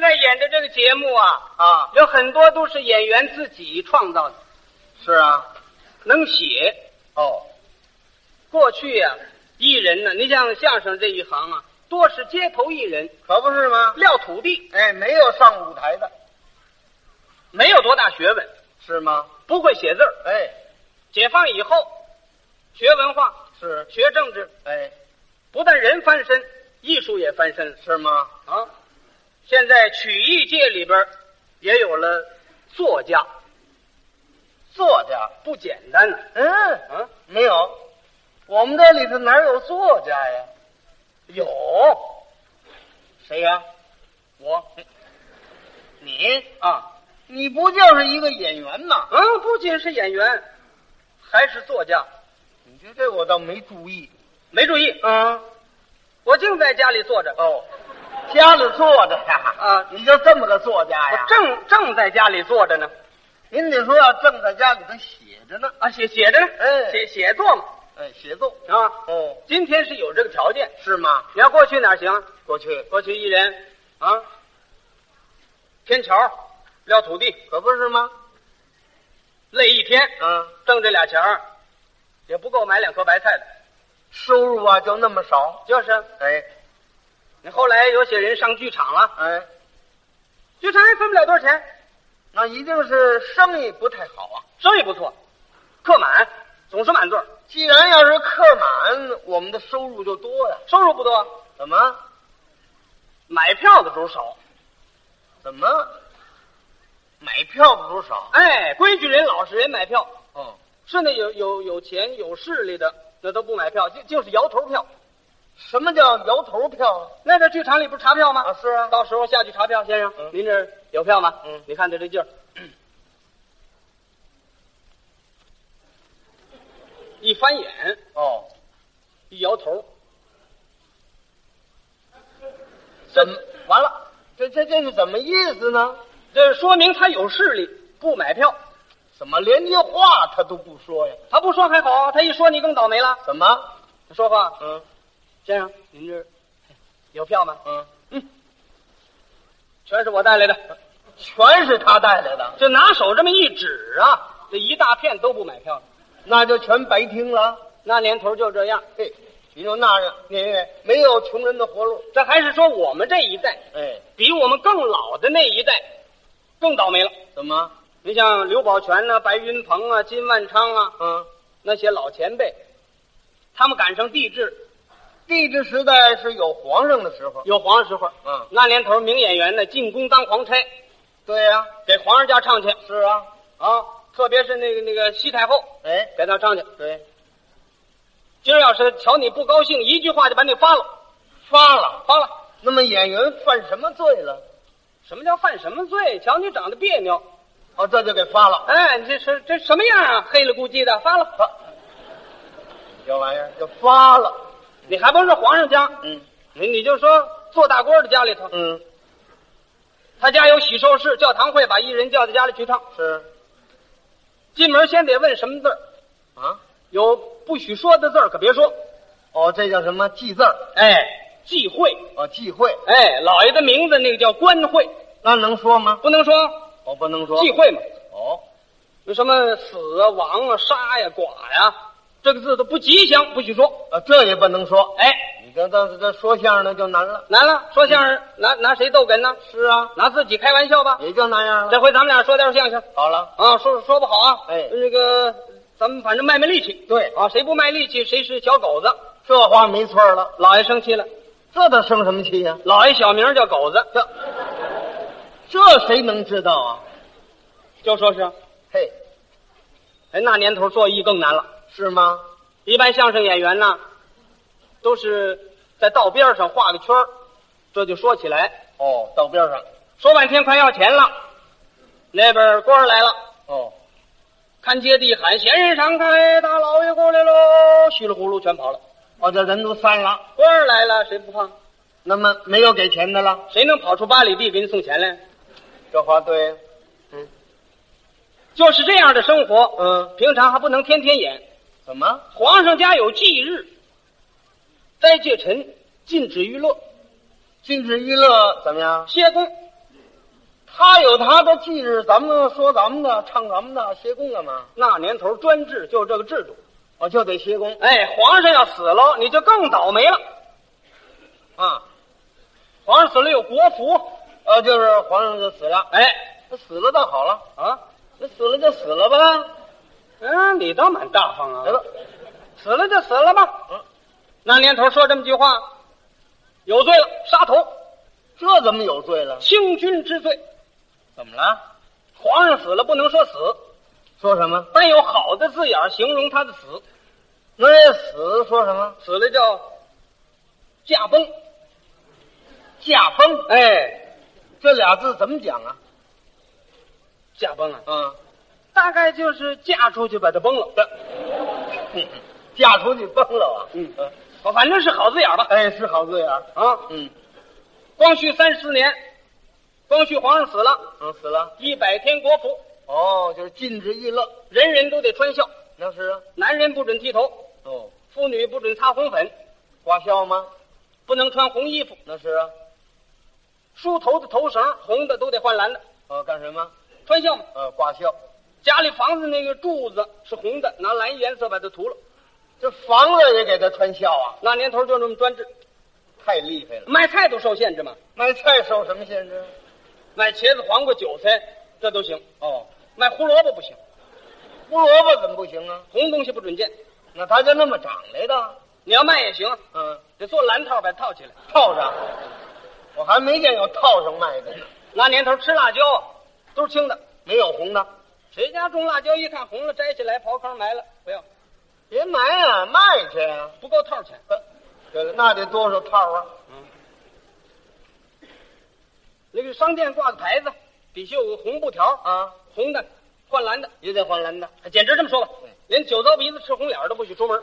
在演的这个节目啊，啊，有很多都是演员自己创造的，是啊，能写。哦，过去呀、艺人呢，你像相声这一行啊，多是街头艺人，可不是吗？撂土地，哎，没有上舞台的，没有多大学问，是吗？不会写字儿。哎，解放以后，学文化，是，学政治，哎，不但人翻身，艺术也翻身了是吗？啊！现在曲艺界里边儿也有了作家，作家，不简单呢嗯，啊！没有，我们这里头哪有作家呀？有谁呀、我你，啊，你不就是一个演员吗？嗯，不仅是演员，还是作家。你这这我倒没注意。没注意，嗯，我净在家里坐着，哦，家里坐着呀，啊你就这么个作家呀我？正正在家里坐着呢您得说要正在家里头写着呢，啊，写写着呢，哎写写作嘛哎，写作。啊。哦，今天是有这个条件，是吗？你要过去哪儿行啊？过去过去一人啊，天桥撂土地可不是吗？累一天，啊，挣这俩钱儿也不够买两颗白菜的。收入啊就那么少。就是哎你后来有些人上剧场了，哎，剧场也分不了多少钱，那一定是生意不太好啊。生意不错，客满，总是满座，既然要是客满，我们的收入就多呀。收入不多，怎么买票的时候少。怎么，买票不如少？哎，规矩人、老实人买票，哦，是那有有有钱有势力的，那都不买票，就就是摇头票。什么叫摇头票啊？那在剧场里不是查票吗？啊，是啊，到时候下去查票，先生，嗯您这儿有票吗？嗯你看他这劲儿，一翻眼，哦，一摇头，怎么完了？这这这是怎么意思呢？这说明他有势力，不买票。怎么连句话他都不说呀？他不说还好，啊他一说你更倒霉了。怎么？他说话，嗯先生，您这儿有票吗？嗯，全是我带来的，全是他带来的，这拿手这么一指啊，这一大片都不买票了。那就全白听了。那年头就这样，嘿，你说那年月没有穷人的活路。这还是说我们这一代哎，比我们更老的那一代更倒霉了。怎么？啊你像刘宝全呐、白云鹏啊、金万昌啊嗯，那些老前辈，他们赶上帝制，帝制时代是有皇上的时候。有皇上时候，嗯，那年头名演员呢进宫当皇差，对呀、给皇上家唱去是啊。啊，特别是那个那个西太后，哎，给她唱去。对，今儿要是瞧你不高兴，一句话就把你发了，发了。发了。那么演员犯什么罪了？什么叫犯什么罪？瞧你长得别扭，哦，这就给发了。哎，你这是这什么样啊？黑了咕叽的，发了。发，这玩意儿就发了。你还甭说皇上家，嗯你你就说做大官的家里头，嗯，他家有喜寿事，教堂会把艺人叫到家里去唱。是进门先得问什么字儿，啊。有不许说的字儿可别说。哦，这叫什么忌字儿？哎，忌讳。哦，忌讳，哎，老爷的名字那个叫官讳，那能说吗？不能说我不能说。忌讳嘛。哦，有什么死啊、亡啊、杀呀、剐呀，这个字都不吉祥，不许说。啊，这也不能说。哎，你这这这说相声的就难了。难了，说相声、拿拿谁逗哏呢？是啊，拿自己开玩笑吧。也就那样了。这回咱们俩说点相声好了，啊，说说不好啊。哎那个咱们反正卖卖力气对，啊，谁不卖力气谁是小狗子。这话没错儿了。老爷生气了，这他生什么气呀、老爷小名叫狗子，这谁能知道啊？就说是。嘿，哎，那年头做艺更难了。是吗？一般相声演员呢，都是在道边上画个圈儿，这就说起来，哦，到边上。说半天快要钱了。那边官儿来了，哦，看街地喊：“闲人常开，大老爷过来喽！”稀里呼噜全跑了。哦，这人都散了，官儿来了，谁不怕？那么没有给钱的了。谁能跑出八里地给你送钱来？这话对。就是这样的生活，嗯，平常还不能天天演。怎么？皇上家有忌日，斋戒辰，禁止娱乐，禁止娱乐怎么样？歇工，他有他的忌日，咱们说咱们的，唱咱们的，歇工干嘛？那年头专制就是这个制度。我就得歇工哎，皇上要死了，你就更倒霉了。啊！皇上死了有国服，呃，就是皇上就死了，哎，那死了倒好了，啊，那死了就死了吧，嗯，你倒蛮大方来啊吧。，死了就死了吧。嗯，那年头说这么句话，有罪了，杀头，这怎么有罪了？清君之罪。怎么了？皇上死了不能说死，说什么？但有好的字眼儿形容他的死，那死说什么？死了叫驾崩。驾崩哎，这俩字怎么讲啊？驾崩啊，啊，大概就是嫁出去把他崩了。嫁出去崩了啊？嗯反正是好字眼儿吧。哎，是好字眼儿。啊，嗯光绪三十四年，光绪皇上死了，嗯，死了。一百天国服，哦，就是禁止娱乐，人人都得穿孝，那是啊。男人不准剃头，哦，妇女不准擦红粉，挂孝吗？不能穿红衣服，那是啊。梳头的头绳红的都得换蓝的，哦，干什么？穿孝嘛。呃，挂孝。家里房子那个柱子是红的，拿蓝颜色把它涂了。这房子也给他穿孝啊，那年头就这么专制，太厉害了。卖菜都受限制嘛，买菜受什么限制？买茄子、黄瓜、韭菜这都行，哦，卖胡萝卜不行，胡萝卜怎么不行啊？红东西不准见。那他就那么长来的。啊你要卖也行，啊嗯，得做蓝套把它套起来。套上，我还没见有套上卖的呢，那年头吃辣椒啊都是青的，没有红的。谁家种辣椒一看红了，摘下来刨坑埋了，不要，别买啊，卖去啊。不够套钱。呃对了，那得多少套啊？那个商店挂个牌子，底下有个红布条，啊，红的换蓝的，哎也得换蓝的。简直这么说吧嗯，连酒糟鼻子吃红脸儿都不许出门，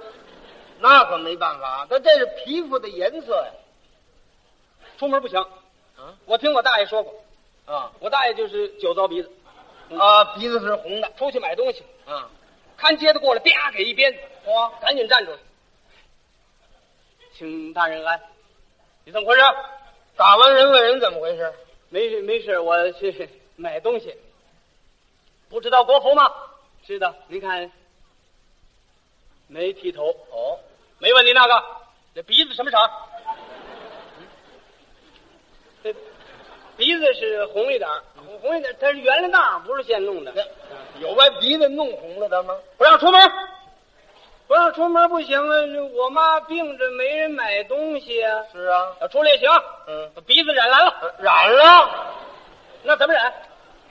那可没办法，那这是皮肤的颜色呀、出门不行。啊我听我大爷说过，啊我大爷就是酒糟鼻子，啊，鼻子是红的出去买东西，啊，看街的过来，啪给一鞭子，嚯，赶紧站住，请大人安。你怎么回事？打完人问人怎么回事？没没事，我去 买东西。不知道国服吗？知道。您看，没剃头，哦，没问你那个，这鼻子什么色儿？这鼻子是红一点儿，红红一点儿，它是圆了道儿，不是现弄的。那有把鼻子弄红了的吗？不让出门，不让出门不行啊！我妈病着，没人买东西啊。是啊，要出来也行，嗯，把鼻子染蓝了，呃染了，那怎么染？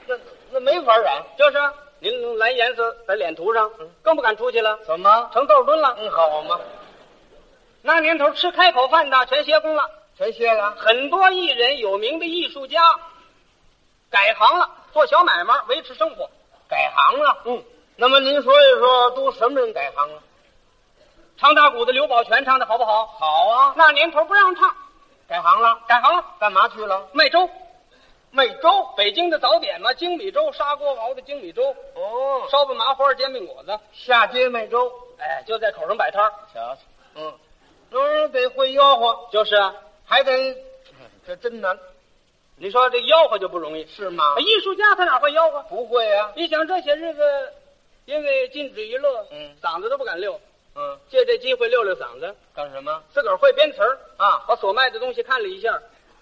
那那没法染，就是啊您弄蓝颜色在脸涂上嗯，更不敢出去了，怎么？成豆墩了。嗯，好嘛，那年头吃开口饭的全歇工了，全歇了，很多艺人、有名的艺术家改行了，做小买卖维持生活。改行了。嗯，那么您说一说，都什么人改行了？唱大鼓的刘宝全唱的好不好？好啊，那年头不让唱，改行了，改行了，干嘛去了？卖粥。卖粥。北京的早点嘛，精米粥、砂锅熬的精米粥，哦，烧饼、麻花、煎饼果子，下街卖粥。哎，就在口上摆摊儿瞧瞧，嗯，那得会吆喝，就是啊，还得，这真难，你说这吆喝就不容易，哎是吗？艺术家他哪会吆喝？不会啊呀、你想这些日子，因为禁止娱乐，嗯嗓子都不敢溜，嗯，借这机会溜溜嗓子，干什么自个儿会编词儿，啊？把所卖的东西看了一下，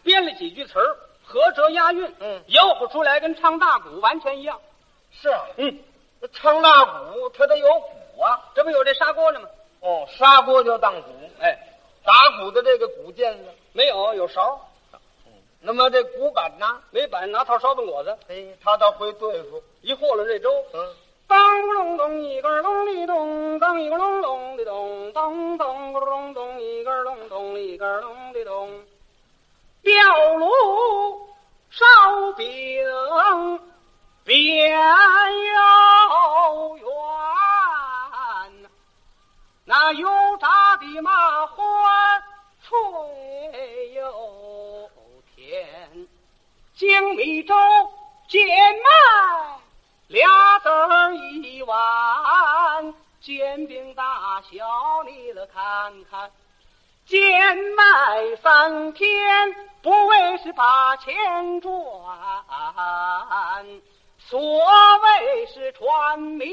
编了几句词儿，合辙押韵，嗯吆喝出来跟唱大鼓完全一样。是啊，嗯，那唱大鼓它得有鼓啊。这不有这砂锅呢吗？哦，砂锅就当鼓，哎，打鼓的这个鼓键呢？没有，有勺，那么这鼓板呢？没板，拿套烧饼果子，哎，他倒会对付。一和了这粥，嗯，当咕隆咚一个隆里咚，当一个隆隆的咚，当咚咕隆咚一个隆咚一个隆的咚，吊炉烧饼边又圆，那油炸的麻花脆又甜，精米粥贱卖。俩子儿一碗，煎饼大小你了看看，贱卖三天，不为是把钱赚，所谓是传名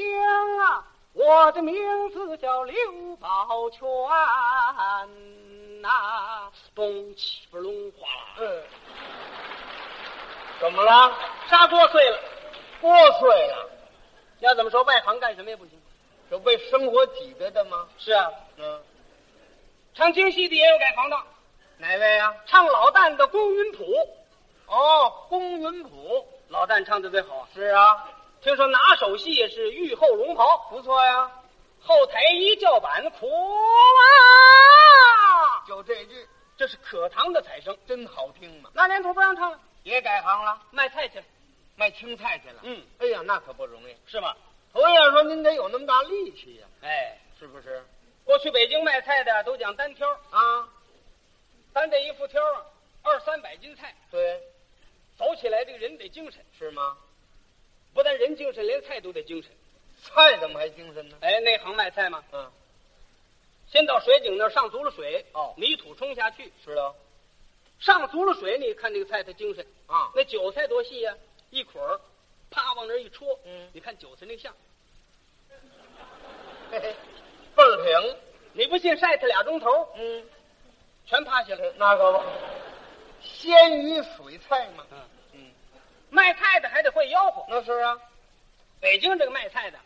啊。我的名字叫刘宝全呐、咚起不隆哗啦，嗯，怎么了？砂锅碎了。破碎了，要怎么说外行干什么也不行。这被生活挤兑的吗？是啊，嗯，唱京戏的也有改行的，哪位啊？唱老旦的龚云普，哦，龚云普。老旦唱的最好啊。是啊，听说拿手戏也是玉后龙袍，不错呀，后台一叫板，苦啊！就这句这是可堂的彩声。真好听嘛。那年头不让唱了，也改行了，卖菜去了。卖青菜去了。嗯，哎呀，那可不容易。是吗？头一样说您得有那么大力气呀、哎，是不是？过去北京卖菜的都讲单挑，啊，单这一副挑啊，二三百斤菜，对，走起来这个人得精神，是吗？不但人精神，连菜都得精神。菜怎么还精神呢？哎，内行卖菜嘛，嗯，先到水井那儿上足了水，哦泥土冲下去，知道上足了水，你看这个菜它精神。啊。那韭菜多细呀、一捆儿，啪往那儿一戳，嗯你看韭菜那相。嘿嘿， 倍儿平。你不信，晒它俩钟头，嗯，全趴下来。那可不，鲜鱼水菜嘛。嗯嗯，卖菜的还得会吆喝，那是啊北京这个卖菜的，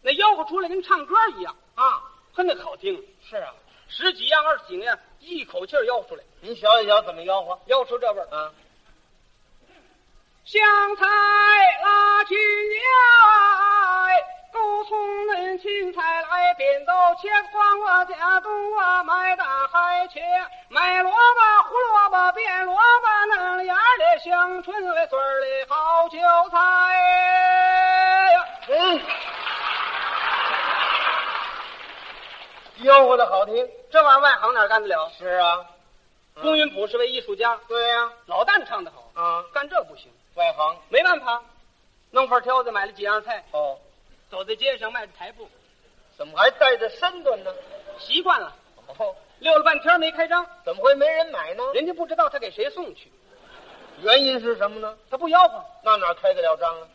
那吆喝出来跟唱歌一样，啊，呵，那好听。是啊。十几样、二十几样，一口气儿吆出来，您瞧一瞧怎么吆喝吆出这味儿。啊？香菜拉起来，狗葱嫩青菜来，扁豆切黄瓜加冬瓜，啊买大海茄，买萝卜胡萝卜变萝卜，嫩芽儿的香椿嘞穗儿嘞好韭菜呀。嗯，吆喝的好听。这玩意儿外行哪干得了？是啊，龚云普是位艺术家，对呀、老旦唱得好，啊，干这不行，外行没办法，弄份挑子买了几样菜，哦，走在街上迈着台步，怎么还带着身段呢？习惯了，哦，溜了半天没开张。怎么会没人买呢？人家不知道他给谁送去，原因是什么呢？他不吆喝，那哪开得了张啊？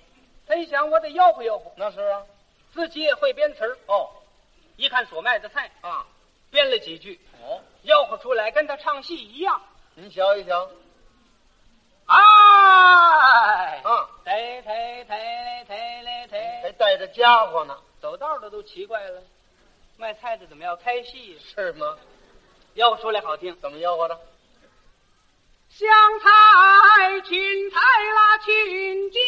他一想我得吆喝吆喝，那是啊，自己也会编词儿，哦一看所卖的菜，啊，编了几句，哦，吆喝出来跟他唱戏一样。您瞧一瞧哎，啊，抬抬抬抬嘞还抬，带着家伙呢，走道的都奇怪了，卖菜的怎么要开戏？是吗？吆喝出来好听，怎么吆喝的？香菜、芹菜啦，青椒、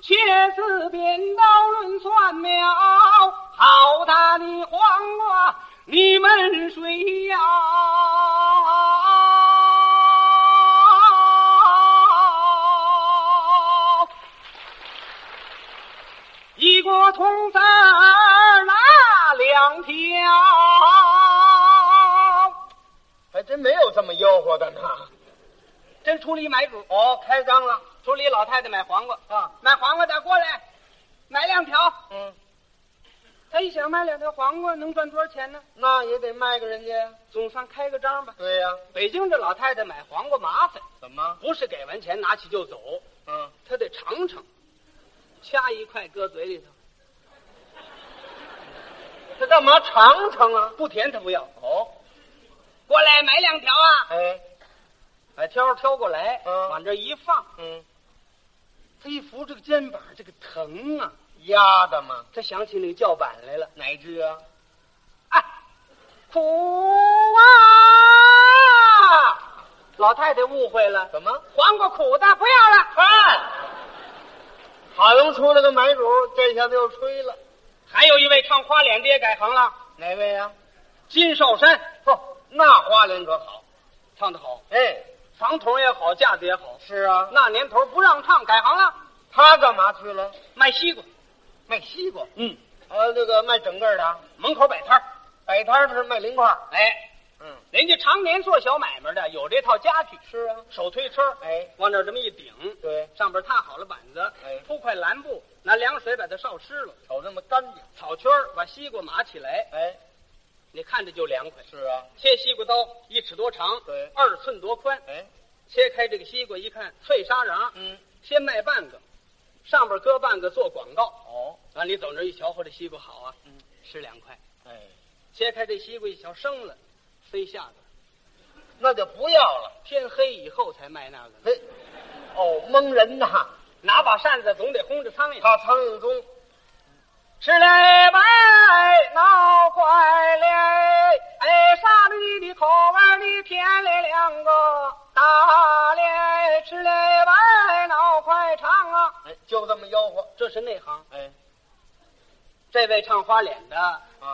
茄子、扁豆、论蒜苗，好大的黄瓜，你们谁要？一锅葱子儿拿两条，还真没有这么吆喝的呢。真出了一买主。哦，开张了村里老太太买黄瓜，啊，买黄瓜的过来，买两条。嗯，他一想买两条黄瓜能赚多少钱呢？那也得卖给人家呀。总算开个张吧。对呀、北京这老太太买黄瓜麻烦，怎么？不是给完钱拿起就走，嗯，她得尝尝，掐一块搁嘴里头，这干嘛尝尝啊？不甜她不要。哦，过来买两条啊！哎，把挑挑过来，嗯往这一放，嗯，他一扶这个肩膀，这个疼啊！鸭的嘛，他想起那个叫板来了。哪只啊？哎， 苦啊！老太太误会了，怎么？黄瓜苦的不要了，看，好容易出了个买主，这下子又吹了。还有一位唱花脸的也改行了，哪位呀、金少山嚯、那花脸可好。唱得好，哦哎，房头也好，架子也好。是啊，那年头不让唱，改行了，他干嘛去了？卖西瓜。卖西瓜。嗯，呃，这个卖整个儿的啊，门口摆摊儿。摆摊儿是卖零块儿。哎，嗯，人家常年做小买卖的，有这套家具，是啊。手推车，哎，往那儿这么一顶，对，上边踏好了板子哎，铺块蓝布，拿凉水把它烧湿了，瞅这么干净。草圈儿把西瓜码起来，哎，你看着就凉快。是啊，切西瓜刀一尺多长，对二寸多宽。哎，切开这个西瓜一看，脆沙瓤，嗯，先卖半个，上边搁半个做广告。哦，完，你走那儿一瞧，嚯，这西瓜好啊，嗯，吃两块。哎，切开这西瓜一瞧，生了，塞下边。那就不要了。天黑以后才卖那个，嘿，哦，蒙人呐，拿把扇子总得轰着苍蝇。怕苍蝇踪。吃嘞喂，闹快嘞，哎，上了你的口碗里添了两个大嘞，吃嘞喂，闹快唱啊！哎，就这么吆喝。这是内行，哎，这位唱花脸的、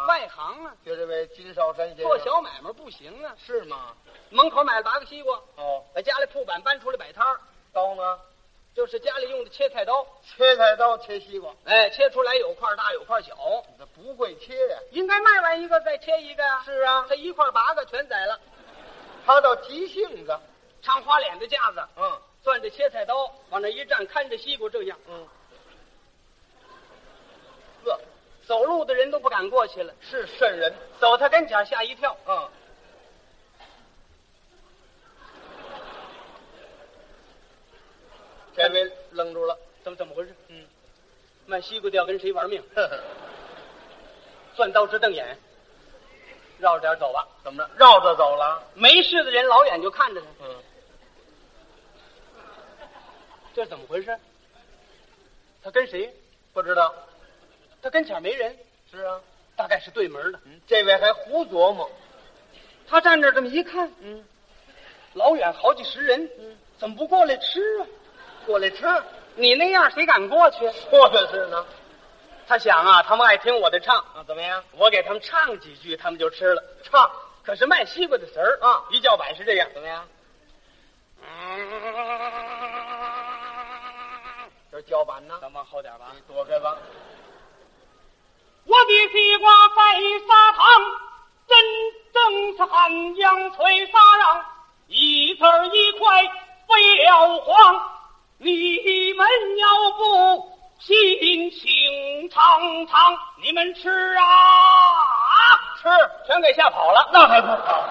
外行啊，就这位金少山先生做小买卖不行啊。是吗？门口买了八个西瓜，哦，把家里铺板搬出来摆摊儿，刀呢？就是家里用的切菜刀，切菜刀切西瓜，哎，切出来有块大有块小，你这不会切呀、应该卖完一个再切一个呀、是啊这一块八个全宰了。他倒急性子。唱花脸的架子，嗯攥着切菜刀往那一站，看着西瓜这样，嗯，这走路的人都不敢过去了，是瘆人。走他跟前儿吓一跳。嗯，这位愣住了。 怎么怎么回事？嗯，卖西瓜的要跟谁玩命？呵呵，攥刀直瞪眼，绕着点儿走吧。怎么着？绕着走了？没事的人老远就看着他，嗯，这怎么回事？他跟谁？不知道。他跟前儿没人，是啊，大概是对门的。嗯，这位还胡琢磨。他站这儿这么一看，嗯，老远好几十人，嗯，怎么不过来吃啊？过来吃， 你那样谁敢过去？说的是呢。他想啊，他们爱听我的唱，啊，怎么样？我给他们唱几句，他们就吃了。唱可是卖西瓜的词儿啊一叫板是这样。怎么样？这叫板呢？咱往后点吧你。躲开吧。我的西瓜在砂糖，真正是汉阳催沙瓤，一字儿一块非了黄。你们要不信，请尝尝，你们吃啊，吃，全给吓跑了。那还不好？